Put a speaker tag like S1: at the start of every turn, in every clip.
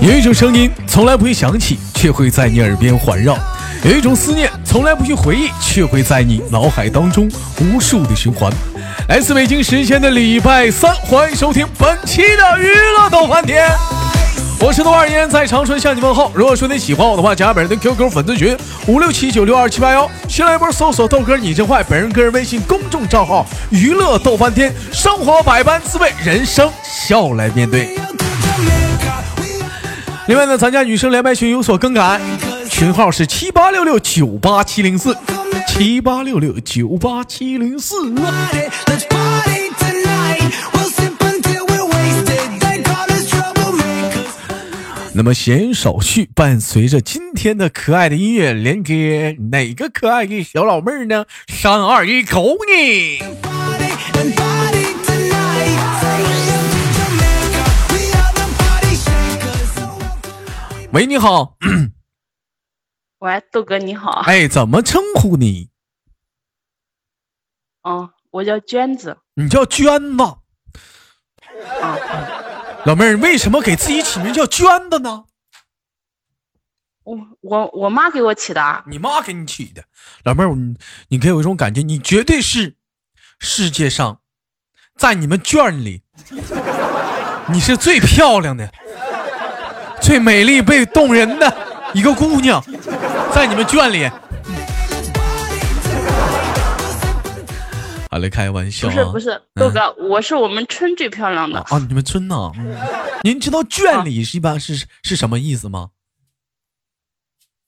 S1: 有一种声音从来不会响起，却会在你耳边环绕；有一种思念从来不去回忆，却会在你脑海当中无数的循环。来自北京时间的礼拜三，欢迎收听本期的娱乐逗翻天。我是豆瓣烟，在长春向你问好。如果说你喜欢我的话，加本人的 QQ 粉丝群五六七九六二七八幺，新来一波搜索豆哥你真坏，本人个人微信公众账号娱乐逗翻天，生活百般滋味，人生笑来面对。另外呢，咱家女生连麦群有所更改，群号是七八六六九八七零四，七八六六九八七零四。那么闲少叙，伴随着今天的可爱的音乐，连接哪个可爱的小老妹儿呢？三二一，狗你！喂，你好，
S2: 喂，豆哥你好，
S1: 哎，怎么称呼你？
S2: 嗯，我叫娟子，
S1: 你叫娟子，
S2: 啊，
S1: 老妹儿，为什么给自己起名叫娟子呢？
S2: 我我我妈给我起的啊，
S1: 你妈给你起的，老妹儿，你你给我一种感觉，你绝对是世界上，在你们圈儿里，你是最漂亮的、最美丽、被动人的一个姑娘，在你们圈里。好嘞，开玩笑、
S2: 不
S1: 啊，
S2: 是不是，豆哥，我是我们村最漂亮的，
S1: 啊，你们村呐、嗯您知道“圈里”是一般是是什么意思吗？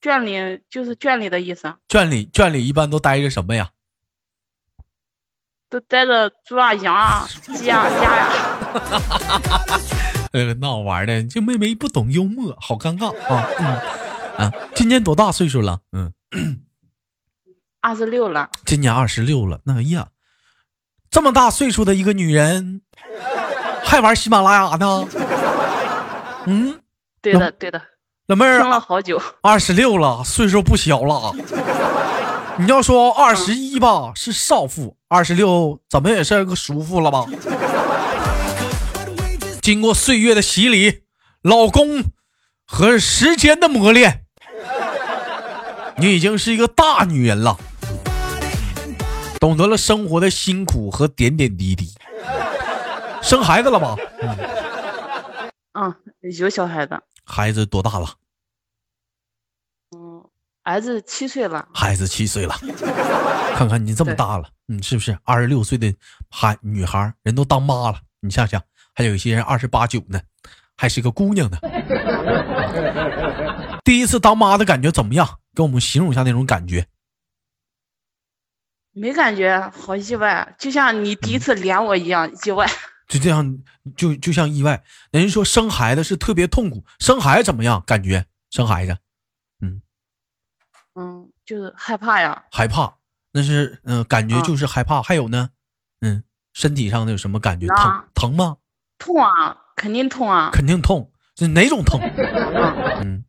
S2: 圈里就是圈里的意思，
S1: 圈里圈里一般都待着什么呀？
S2: 都待着猪啊、羊啊、鸡啊、鸭呀、
S1: 呃，闹玩的，这妹妹不懂幽默，好尴尬啊！嗯啊，今年多大岁数了？嗯，
S2: 二十六了，
S1: 今年二十六了。那哎呀，这么大岁数的一个女人，还玩喜马拉雅呢？嗯，
S2: 对的对的，
S1: 老妹
S2: 听了
S1: 儿，
S2: 好久，
S1: 二十六了，岁数不小了。你要说二十一吧，是少妇；二十六怎么也是个叔父了吧？经过岁月的洗礼，老公和时间的磨练，你已经是一个大女人了，懂得了生活的辛苦和点点滴滴。生孩子了吧？
S2: 嗯，有小孩的，
S1: 孩子多大了？
S2: 嗯，儿子七岁了，
S1: 孩子七岁了，看看你这么
S2: 对
S1: 大了，嗯，是不是？二十六岁的孩女孩儿，人都当妈了，你想想，还有一些人二十八九呢，还是个姑娘呢。 第一次当妈的感觉怎么样？给我们形容一下那种感觉。
S2: 没感觉，好意外，啊就像你第一
S1: 嗯
S2: 次连我一样意外，
S1: 就这样，就就像意外。人家说生孩子是特别痛苦，生孩子怎么样？感觉生孩子
S2: 嗯，就是害怕呀，
S1: 害怕，那是嗯、感觉
S2: 啊
S1: 就是害怕。还有呢，嗯，身体上的有什么感觉？疼
S2: 啊
S1: 疼吗？
S2: 痛啊，肯定痛啊，
S1: 肯定痛，是哪种痛？
S2: 嗯，
S1: 嗯，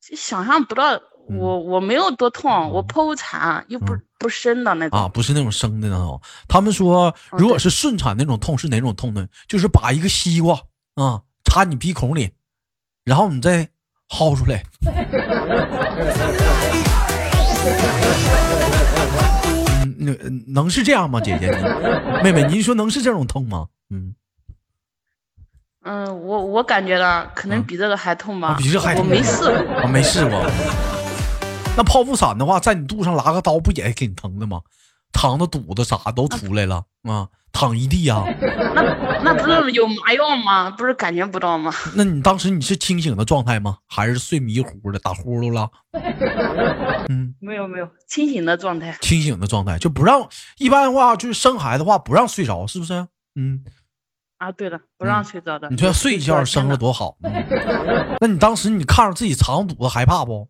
S2: 想象不到，
S1: 嗯
S2: 我我没有多痛，我
S1: 嗯
S2: 剖产又不
S1: 嗯
S2: 不深的那
S1: 啊，
S2: 种，
S1: 不是那种生的那种。他们说，
S2: 嗯
S1: 如果
S2: 对
S1: 是顺产那种痛是哪种痛呢？就是把一个西瓜啊插你鼻孔里，然后你再薅出来。 嗯，那嗯能是这样吗，姐姐？ 你妹妹，您说能是这种痛吗？嗯，
S2: 嗯，我我感觉到可能
S1: 嗯
S2: 比这个还痛吧，
S1: 啊比这还痛
S2: 我没试过，
S1: 我啊没试过。那剖腹产的话，在你肚上拉个刀，不也给你疼的吗？肠子、肚子啥都出来了啊，淌一地呀、
S2: 那那不是有麻药吗？不是感觉不到吗？
S1: 那你当时你是清醒的状态吗？还是睡迷糊的打呼噜了？嗯，
S2: 没有没有，清醒的状态，
S1: 清醒的状态就不让，一般的话就是生孩子的话不让睡着，是不是？嗯，
S2: 啊，对了，不
S1: 嗯
S2: 让睡着的，
S1: 你说要睡一觉生了多好。嗯、那你当时你看着自己肠肚子害怕不？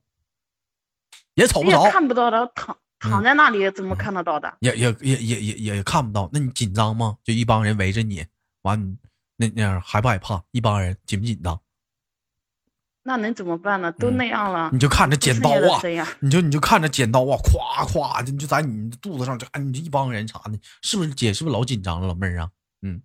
S1: 也瞅不
S2: 你也
S1: 着，嗯
S2: 看不到的，躺躺在那里怎么看得到的？
S1: 也也也也也也看不到。那你紧张吗？就一帮人围着你，完你那那样害不害怕？一帮人紧不紧张？
S2: 那能怎么办呢？都
S1: 嗯
S2: 那样了
S1: 你，就看着剪
S2: 不
S1: 刀
S2: 是你的
S1: 啊，
S2: 谁呀
S1: 你就你就看着剪刀啊，咵咵的，你就在你肚子上，就哎，你这一帮人啥的，是不是姐？是不是老紧张了，老妹儿啊？嗯，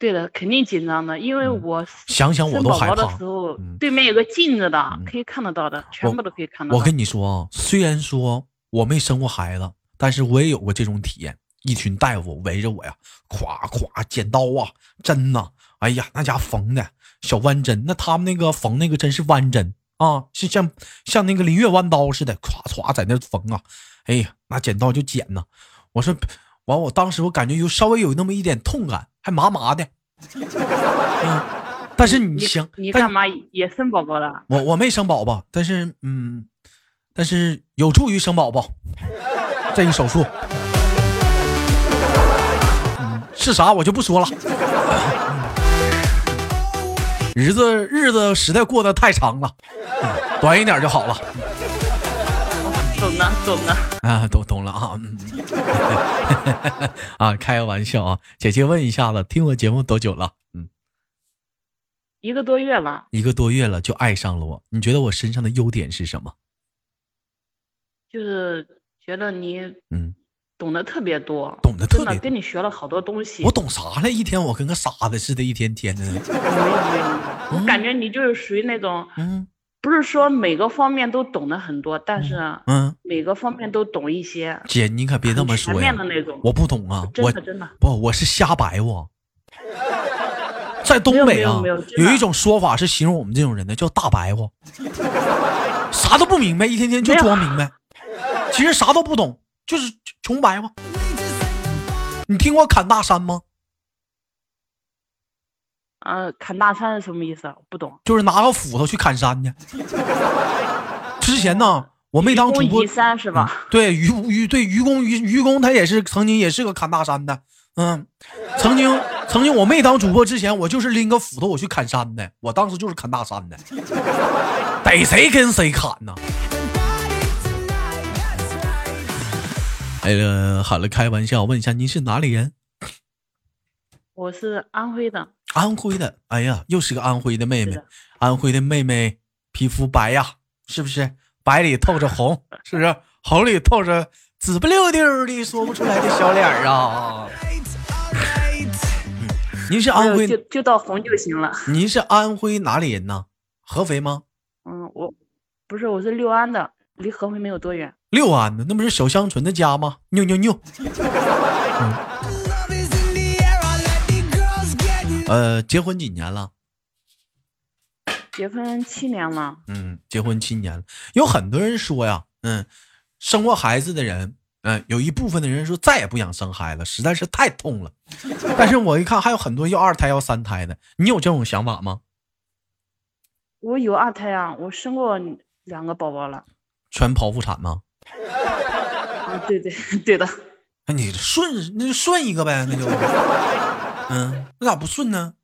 S2: 对的，肯定紧张的，因为
S1: 嗯
S2: 我
S1: 想想我
S2: 生
S1: 都
S2: 宝
S1: 害
S2: 宝的
S1: 怕
S2: 时候
S1: 嗯，
S2: 对面有个镜子的
S1: 嗯，
S2: 可以看得到的，全部都可以看得
S1: 我
S2: 到。
S1: 跟你说啊，虽然说我没生过孩子，但是我也有过这种体验。一群大夫围着我呀，夸夸剪刀啊，针呐、哎呀，那家缝的小弯针，那他们那个缝那个针是弯针啊，是像像那个林月弯刀似的，咵唰在那缝啊，哎呀，拿剪刀就剪呐、我说，完，我当时我感觉有稍微有那么一点痛感，还麻麻 的。嗯，但是你
S2: 你
S1: 行，
S2: 你
S1: 但
S2: 干嘛也生宝宝了？
S1: 我我没生宝宝，但是嗯，但是有助于生宝宝这一手术。嗯，是啥我就不说了。日子日子实在过得太长了，嗯短一点就好了
S2: 懂的，懂的。
S1: 啊，懂懂了啊，嗯， 啊，开个玩笑啊，姐姐问一下子，听我节目多久了？嗯，
S2: 一个多月了，
S1: 一个多月了就爱上了我，你觉得我身上的优点是什么？
S2: 就是觉得你
S1: 嗯，
S2: 懂得特别多，
S1: 懂得特
S2: 真的
S1: 别
S2: 跟你学了好多东西。
S1: 我懂啥了？一天我跟个傻子似的，一天天的。
S2: 没有没有，我感觉你就是属于那种，
S1: 嗯
S2: 不是说每个方面都懂得很多，但是
S1: 嗯，
S2: 每个方面都懂一些，
S1: 姐，你可别这么
S2: 全
S1: 说呀
S2: 面的！那种。
S1: 我不懂啊，
S2: 真
S1: 我
S2: 的真的
S1: 不，我是瞎白我。在
S2: 没
S1: 东
S2: 有
S1: 北
S2: 没有
S1: 啊
S2: 没有，真
S1: 有
S2: 的
S1: 一种说法是形容我们这种人的，叫大白话，啥都不明白，一天天就
S2: 没有
S1: 装明白，其实啥都不懂，就是穷白话。你听过砍大山吗？
S2: 呃，砍大山是什么意思啊？我不懂。
S1: 就是拿个斧头去砍山去。之前呢，我没当主
S2: 公
S1: 播
S2: 移，山是吧？
S1: 嗯对，愚愚对愚公愚愚公他也是曾经也是个砍大山的，嗯，曾经曾经我没当主播之前，我就是拎个斧头我去砍山的，我当时就是砍大山的，逮谁跟谁砍呐。哎呀，好了，开玩笑，问一下您是哪里人？
S2: 我是安徽的，
S1: 安徽的。哎呀，又是个安徽的妹妹
S2: 是的，
S1: 安徽的妹妹皮肤白呀，是不是？白里透着红，是不是？红里透着紫不溜丢的说不出来的小脸儿啊！ 您是安
S2: 哎没有就
S1: 徽，
S2: 就到红就行了。
S1: 您是安徽哪里人呢？合肥吗？
S2: 嗯，我不是，我是六安的，离合肥没有多远。
S1: 六安的，那不是小香纯的家吗？妞妞妞，呃，结婚几年了？
S2: 结婚七年了，
S1: 嗯，结婚七年了，有很多人说呀，嗯，生过孩子的人，嗯，有一部分的人说再也不想生孩子，实在是太痛了。 但是我一看，还有很多要二胎、要三胎的，你有这种想法吗？
S2: 我有二胎啊，我生过两个宝宝了。
S1: 全剖腹产吗？
S2: 啊，对 对对的，
S1: 那你顺那就顺一个呗，那就，嗯，那咋不顺呢？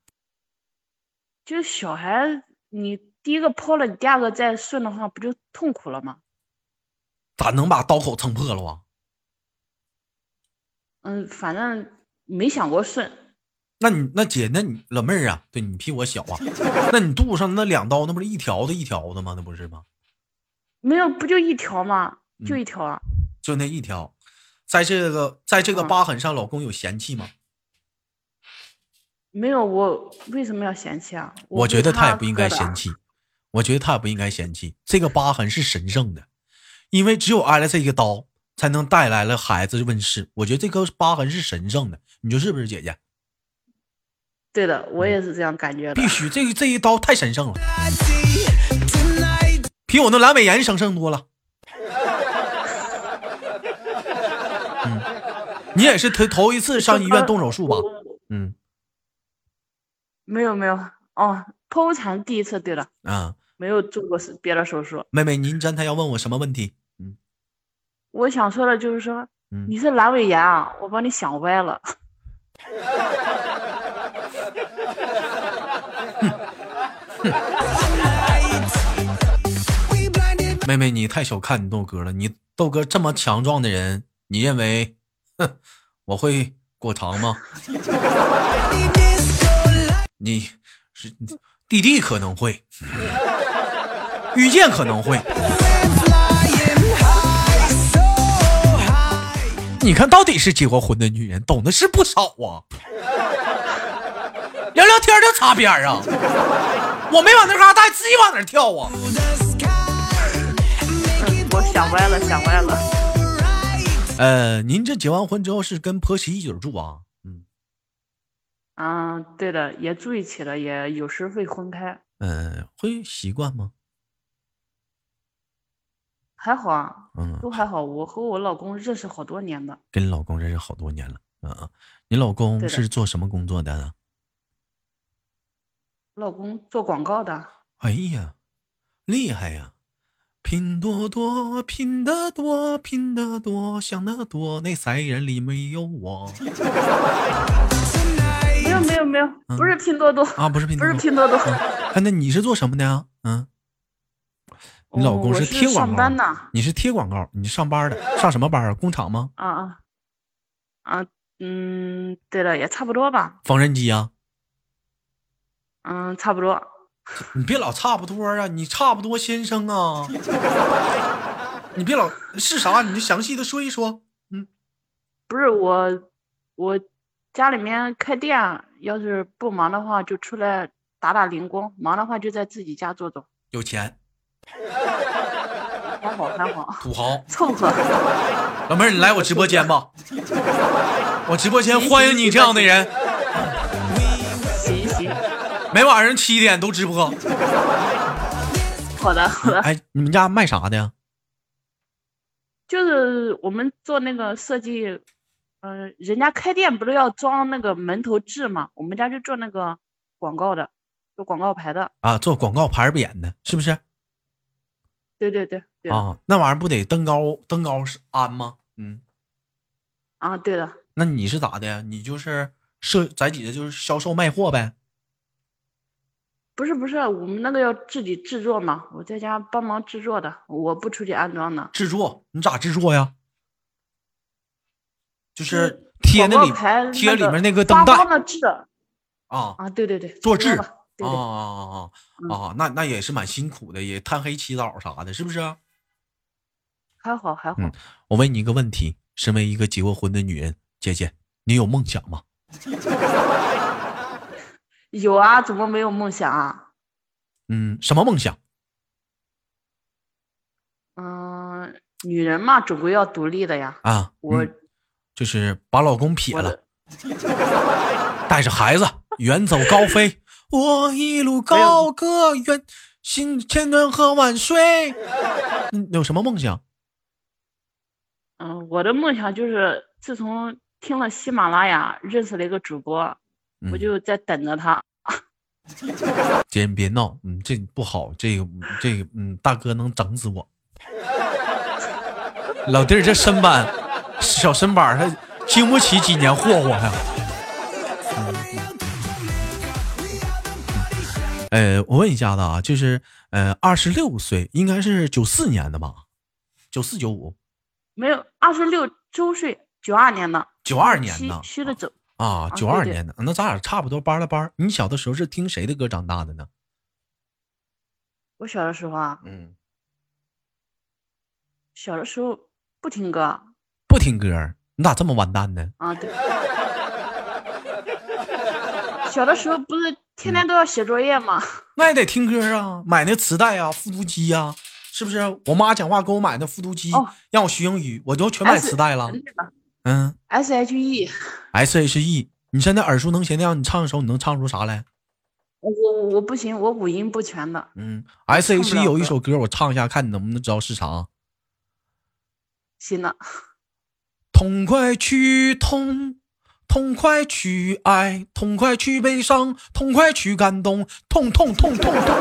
S2: 就是小孩，你第一个剖了，你第二个再顺的话，不就痛苦了吗？
S1: 咋能把刀口撑破了啊？
S2: 嗯，反正没想过顺，
S1: 那你那姐，那你老妹儿啊，对你比我小啊，那你肚子上那两刀，那不是一条的一条的吗？那不是吗？
S2: 没有不就一条吗？就
S1: 嗯
S2: 一条啊。
S1: 就那一条，在这个在这个
S2: 嗯
S1: 疤痕上，老公有嫌弃吗？
S2: 没有，我为什么要嫌弃啊？
S1: 我觉
S2: 为
S1: 得他也不
S2: 磕
S1: 应该
S2: 的
S1: 嫌弃，我觉得他也不应该嫌弃。这个疤痕是神圣的，因为只有挨了这个刀，才能带来了孩子问世。我觉得这个疤痕是神圣的，你说是不是，姐姐？
S2: 对的，我也是这样感觉
S1: 嗯
S2: 的
S1: 必。须，这个这一刀太神圣了，比我那阑尾炎神圣多了。嗯，你也是头头一次上医院动手术吧？嗯
S2: 没有没有，哦，剖腹产是第一次，对的，
S1: 啊，
S2: 没有做过是别的手术。
S1: 妹妹，您刚才要问我什么问题？嗯
S2: 我想说的就是说，
S1: 嗯。
S2: 你是阑尾炎啊，我把你想歪了。
S1: 妹妹，你太小看你豆哥了。你豆哥这么强壮的人，你认为，哼，我会过长吗？你是弟弟可能会，遇见可能会。你看，到底是结过婚的女人，懂得是不少啊。聊聊天就擦边儿啊！我没往那嘎带，自己往哪儿跳啊？
S2: 我想歪了，想歪了。
S1: 呃，您这结完婚之后是跟婆媳一起住啊？嗯
S2: 嗯，对的，也住一起了，也有时会分开，
S1: 嗯，会习惯吗？
S2: 还好啊，
S1: 嗯，
S2: 都还好。我和我老公认识好多年的，
S1: 跟你老公认识好多年了，嗯嗯，你老公
S2: 对的
S1: 是做什么工作的呢？
S2: 老公做广告的，
S1: 哎呀，厉害呀！拼多多，拼得多，拼得多，想得多，那三人里没有我
S2: 没有没有没有， 不是拼多多，
S1: 啊！不是拼
S2: 不
S1: 多
S2: 是
S1: 多，
S2: 拼多多。
S1: 哎，那你是做什么的呀？嗯，你老
S2: 我
S1: 公
S2: 我
S1: 贴广告，
S2: 上班呢，
S1: 你是贴广告，你上班的，上什么班啊？工厂吗？
S2: 啊啊啊，嗯，对了，也差不多吧，
S1: 缝纫机啊？
S2: 嗯，差不多。
S1: 你别老差不多啊，你差不多先生啊，你别老是啥，你就详细的说一说。
S2: 不是我，我家里面开店，啊要是不忙的话就出来打打零工，忙的话就在自己家做做，
S1: 有钱，
S2: 还好还好，
S1: 土豪，
S2: 凑合。
S1: 老妹儿，你来我直播间吧，我直播间欢迎你这样的人，
S2: 行行，
S1: 每晚上七点都直播。
S2: 好的好的，
S1: 哎，你们家卖啥的呀？
S2: 就是我们做那个设计，嗯、人家开店不是要装那个门头志嘛，我们家就做那个广告的，做广告牌的。
S1: 啊，做广告牌儿扁的，是不是？
S2: 对对对对
S1: 啊，那玩意儿不得登高登高是安吗？嗯，
S2: 啊，对的，
S1: 那你是咋的呀？你就是设在底下就是销售卖货呗？
S2: 不是不是，我们那个要自己制作嘛，我在家帮忙制作的，我不出去安装的。
S1: 制作，你咋制作呀？就是
S2: 是
S1: 贴
S2: 广
S1: 那
S2: 告
S1: 里
S2: 牌那
S1: 贴里
S2: 个
S1: 面那个灯
S2: 发
S1: 带
S2: 光的痣
S1: 啊
S2: 啊，对对对，
S1: 做
S2: 知道
S1: 痣
S2: 吧对
S1: 啊
S2: 对，
S1: 啊啊啊！那那也是蛮辛苦的，也贪黑起早啥的，是不是啊？
S2: 还好还好，
S1: 嗯我问你一个问题，身为一个结过婚的女人，姐姐，你有梦想吗？
S2: 有啊，怎么没有梦想啊？
S1: 嗯，什么梦想？
S2: 嗯、女人嘛，总归要独立的呀。
S1: 啊，
S2: 我、
S1: 嗯就是把老公撇
S2: 我
S1: 了
S2: 的，
S1: 带着孩子远走高飞。我一路高歌远，心千端和万水。嗯，有什么梦想？
S2: 嗯、我的梦想就是自从听了喜马拉雅，认识了一个主播，
S1: 嗯
S2: 我就在等着他。
S1: 姐，你别闹，嗯，这不好，这个这个，嗯，大哥能整死我。老弟儿这身板，小身板儿，他经不起几年霍霍呀。嗯嗯呃，我问一下子啊，就是呃，二十六岁，应该是九四年的吧？九四九五
S2: 没有，二十六周岁，九二年的，
S1: 九二年
S2: 虚
S1: 的
S2: 虚的走。
S1: 啊，九
S2: 对
S1: 二
S2: 对
S1: 年的，那咱俩差不多班儿了班儿。你小的时候是听谁的歌长大的呢？
S2: 我小的时候啊，
S1: 嗯，
S2: 小的时候不听歌
S1: 不听歌儿，你咋这么完蛋呢？
S2: 啊，对。小的时候不是天天都要写作业吗？
S1: 那也得听歌啊，买那磁带啊，复读机呀、啊，是不是？我妈讲话给我买那复读机，
S2: 哦
S1: 让我学英语，我都全买
S2: S-
S1: 磁带了。
S2: 那个
S1: 嗯
S2: S H E，
S1: ，S H E，你现在耳熟能详的，让你唱一首，你能唱出啥来？
S2: 我我我不行，我五音不全的。
S1: 嗯，S
S2: 唱不
S1: H
S2: 了
S1: E 有一
S2: 歌
S1: 首歌，我唱一下，看你能不能知道是啥。
S2: 行了，
S1: 痛快去痛，痛快去爱，痛快去悲伤，痛快去感动，痛痛痛痛痛痛痛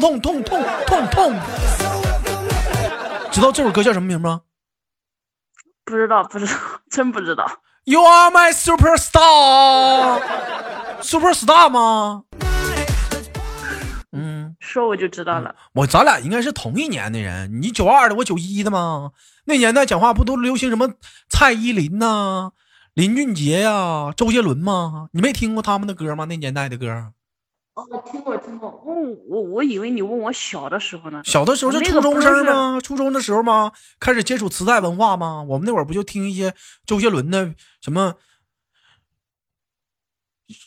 S1: 痛痛痛痛痛痛。知道这首歌叫什么名吗？
S2: 不知道不知道，真不知道。
S1: You are my superstar，superstar 吗？嗯，
S2: 说我就知道了。
S1: 我咱俩应该是同一年的人，你九二的，我九一的嘛。那年代讲话不都流行什么蔡依林呐、林俊杰呀、周杰伦吗？你没听过他们的歌吗？那年代的歌，
S2: 哦，听过听过。问我我以为你问我小的时候呢。
S1: 小的时候是
S2: 那
S1: 初
S2: 个
S1: 中
S2: 不
S1: 生
S2: 是
S1: 吗？初中的时候吗？开始接触磁带文化吗？我们那会儿不就听一些周杰伦的什么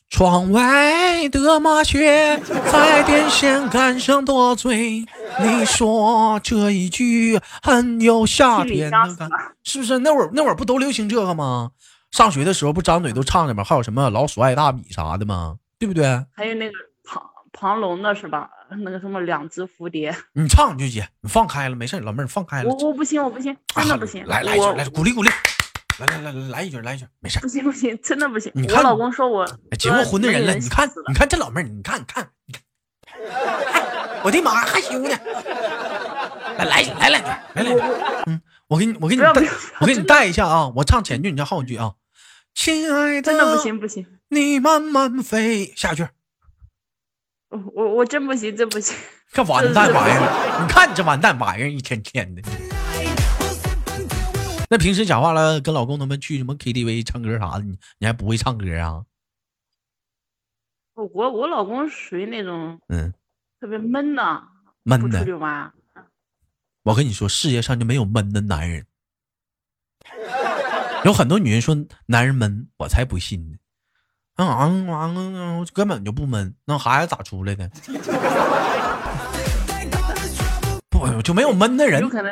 S1: 窗外的麻雀在电线杆上多嘴，你说这一句很有夏
S2: 心里
S1: 天
S2: 想
S1: 的
S2: 死
S1: 感
S2: 了，
S1: 是不是？那会儿那会儿不都流行这个吗？上学的时候不张嘴都唱着吗？还有什么老鼠爱大米啥的吗？对不对？
S2: 还有那个庞庞龙的是吧？那个什么两只蝴蝶，
S1: 你唱你就姐，你放开了，没事儿，老妹儿放开了
S2: 我，我不行，我不行，
S1: 啊
S2: 真的不行，
S1: 来来一句
S2: 我
S1: 儿，来鼓励鼓励，来来来来来一句儿，来一句儿，没事儿。
S2: 不行不行，真的不行。
S1: 你
S2: 我
S1: 看
S2: 老公说我
S1: 哎结过
S2: 说
S1: 婚的
S2: 那
S1: 人
S2: 个
S1: 了，
S2: 人
S1: 你看
S2: 死了，
S1: 你看这老妹儿，你看你看你看，哎我的妈，害羞呢！来来来两句，来两句，嗯，我给你我给你
S2: 不要
S1: 带
S2: 不要
S1: 我给你带一下啊，我唱前句，你唱后句啊。亲爱的，
S2: 真的不，行不行，
S1: 你慢慢飞，下一句。
S2: 我 我我真不行，真不行。
S1: 这完蛋玩意儿，你看你这完蛋玩意儿，一天天的。那平时讲话了，跟老公他们去什么 KTV 唱歌啥的，你你还不会唱歌啊？
S2: 我我老公属于那种
S1: 嗯，
S2: 特别闷呐，不
S1: 闷
S2: 出去
S1: 的。
S2: 玩。
S1: 我跟你说，世界上就没有闷的男人。有很多女人说男人闷，我才不信呢。嗯啊嗯啊嗯啊，我根本就不闷，那孩子咋出来的？ 不就没有闷的人
S2: 有，可能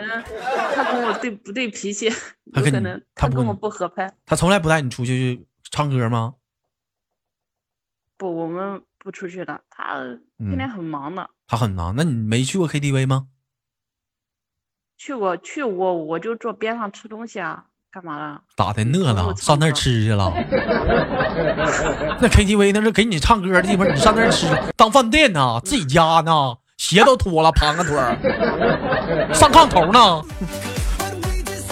S2: 他跟我对不对脾气，
S1: 他
S2: 有
S1: 跟
S2: 可
S1: 你
S2: 能
S1: 他
S2: 他
S1: 不
S2: 跟
S1: 跟
S2: 我
S1: 你
S2: 不合拍。
S1: 他从来不带你出去唱歌吗？
S2: 不，我们不出去了，他
S1: 嗯
S2: 天天很忙的。
S1: 他很忙。那你没去过 KTV 吗？
S2: 去我去我我就坐边上吃东西啊，干嘛啦？
S1: 咋的？饿了
S2: 嗯我
S1: 啊，
S2: 操
S1: 上那儿吃去了？ 那 KTV 那是给你唱歌的地方，你上那儿吃，当饭店呢？自己家呢？鞋都脱了，盘个腿儿，上炕头呢？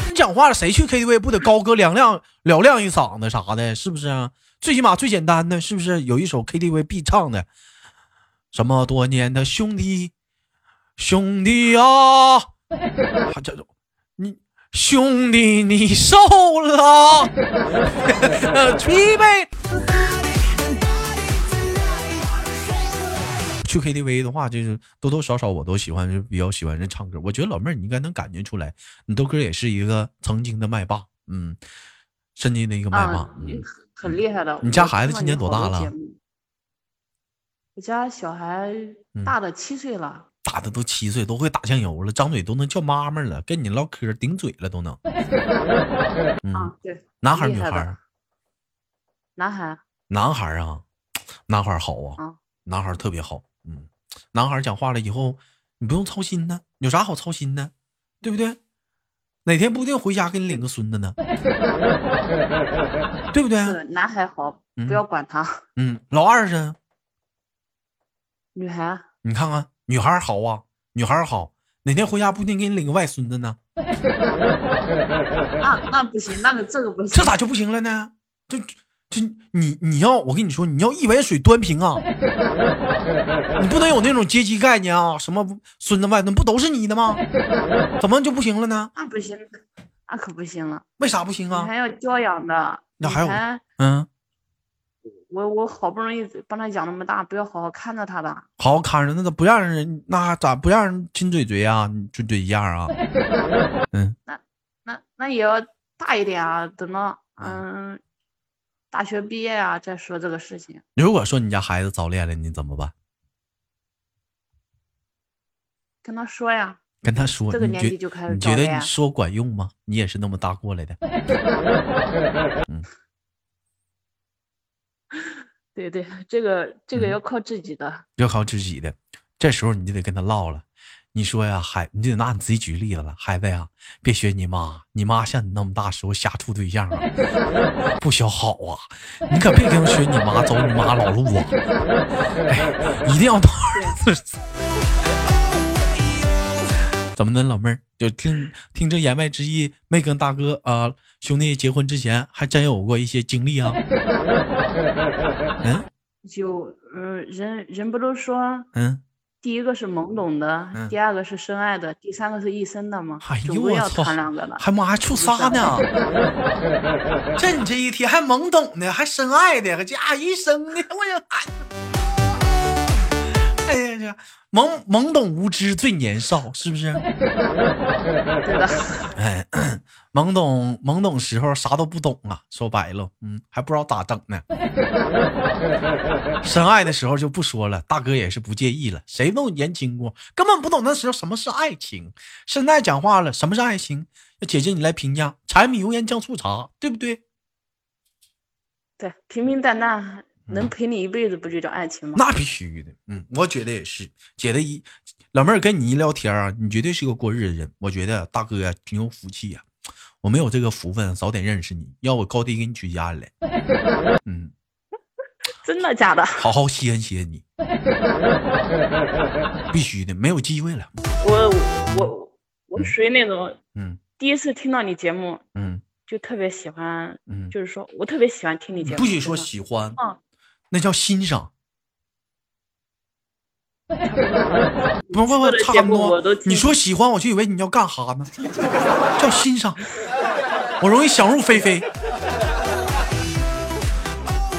S1: 你讲话了，谁去 KTV 不得高歌嘹亮嘹亮一嗓子啥的？是不是啊？最起码最简单的，是不是有一首 KTV 必唱的？什么多年的兄弟，兄弟啊，他这你兄弟你瘦了， 呃疲惫。去 KTV 的话，就是多多少少我都喜欢，就比较喜欢人唱歌。我觉得老妹儿你应该能感觉出来，你豆哥也是一个曾经的麦霸，嗯，深圳的一个麦霸
S2: 啊，，
S1: 嗯，
S2: 很厉害的。
S1: 你家
S2: 我
S1: 孩子
S2: 看
S1: 今
S2: 你
S1: 年多
S2: 好
S1: 大
S2: 多
S1: 了
S2: 节目？我家小孩
S1: 嗯
S2: 大的七岁了，
S1: 打的都七岁，都会打酱油了，张嘴都能叫妈妈了，跟你唠嗑顶嘴了都能。 嗯，
S2: 啊，对，
S1: 男孩儿
S2: 厉
S1: 女
S2: 害
S1: 孩
S2: 的
S1: 儿？
S2: 男孩，
S1: 男孩儿啊，男孩儿好啊，
S2: 嗯
S1: 男孩儿特别好。嗯，男孩儿讲话了以后，你不用操心呢，有啥好操心呢？对不对？哪天不一定回家给你领个孙子 呢，对不对？啊
S2: 是男孩好，
S1: 嗯
S2: 不要管他。
S1: 嗯，老二呢？
S2: 女孩，
S1: 你看看，女孩儿好啊，女孩儿好，哪天回家不一定给你领个外孙子呢，
S2: 啊那那不行，那个这个不行，
S1: 这咋就不行了呢？这这你你要我跟你说，你要一碗水端平啊， 你不能有那种阶级概念啊，什么孙子外孙不都是你的吗？怎么就不行了呢？
S2: 那不行，那可不行了，
S1: 为啥不行
S2: 你
S1: 啊
S2: 还？要教养的。
S1: 那
S2: 你
S1: 还有
S2: 还
S1: 嗯，
S2: 我我好不容易帮他养那么大，不要好好看着他吧？
S1: 好好看着，那咋不让人那咋不让人亲嘴嘴啊？你嘴嘴一样啊？嗯，
S2: 那那也要大一点啊，等到
S1: 嗯
S2: 嗯大学毕业啊再说这个事情。
S1: 如果说你家孩子早恋了，你怎么办？
S2: 跟他说呀，
S1: 跟他说，
S2: 这个
S1: 你
S2: 年
S1: 觉
S2: 纪就开始
S1: 你
S2: 早
S1: 觉得
S2: 恋
S1: 你
S2: 啊
S1: 说管用吗？你也是那么大过来的，
S2: 对对，这个这个
S1: 嗯
S2: 要靠自己的。
S1: 要靠自己的。这时候你就得跟他唠了，你说呀，孩，你就得拿你自己举例子了，孩子呀，别学你妈，你妈像你那么大时候瞎处对象啊， 不小好啊，你可别跟学你妈走你妈老路啊，哎，一定要到儿子。怎么的，老妹儿？就听听这言外之意，没跟大哥啊、呃兄弟结婚之前，还真有过一些经历啊。嗯
S2: 就嗯，人人不都说
S1: 嗯，
S2: 第一个是懵懂的，
S1: 嗯
S2: 第二个是深爱的，第三个是一生的嘛，
S1: 哎呦
S2: 总归
S1: 我
S2: 要
S1: 操，
S2: 谈两个的。
S1: 还妈还处仨呢！ 这你这一天还懵懂 呢，还深爱的，还家一生呢，我呀，哎哎呀，这是？懵懵懂无知最年少，是不是？
S2: 对 的，
S1: 哎， 懵懂懵懂时候啥都不懂啊，说白了，嗯，还不知道咋整呢。深爱的时候就不说了，大哥也是不介意了，谁都年轻过，根本不懂那时候什么是爱情。现在讲话了，什么是爱情？要姐姐你来评价，柴米油盐酱醋茶，对不对？
S2: 对，平平淡淡能陪你一辈子，不就叫爱情吗？
S1: 嗯那必须的，嗯，我觉得也是。觉得一老妹儿跟你一聊天啊，你绝对是个过日子人。我觉得大哥呀、挺有福气呀、我没有这个福分，早点认识你，要我高低给你娶家里来。 嗯，
S2: 真 的假的？
S1: 好好稀罕稀罕你，必须的，没有机会了。
S2: 我我我属于那种
S1: 嗯
S2: 第一次听到你节目
S1: 嗯
S2: 就特别喜欢，
S1: 嗯，
S2: 就是说我特别喜欢听你节
S1: 你
S2: 目。
S1: 不许说
S2: 真的
S1: 喜欢，
S2: 嗯
S1: 那叫欣赏。
S2: 差不多吧
S1: 不不
S2: 说
S1: 不，
S2: 的
S1: 差
S2: 节
S1: 不
S2: 目我都
S1: 多。
S2: 听
S1: 你说喜欢，我就以为你要干哈呢，叫欣赏。我容易想入非非。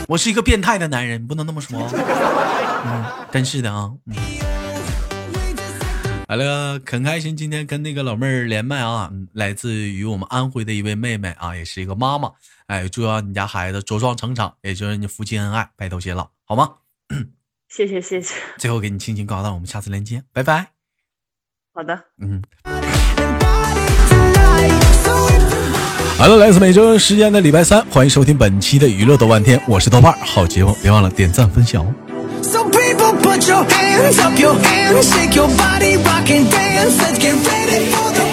S1: 我是一个变态的男人，你不能那么说。嗯，真是的啊。嗯。好了，很开心今天跟那个老妹儿连麦啊，嗯来自于我们安徽的一位妹妹啊，也是一个妈妈。哎，祝愿你家孩子茁壮成长，也就是你夫妻恩爱，白头偕老，好吗？
S2: 谢谢谢 谢，
S1: 最后给你轻轻挂断，我们下次连接，拜拜。
S2: 好的。
S1: 嗯。
S3: 好了，来自每周时间的礼拜三，欢迎收听本期的娱乐豆瓣天，我是豆瓣儿，好节目别忘了点赞分享哦。
S4: So people put your hands up, your hands, shake your body, rock and dance. Let's get ready for the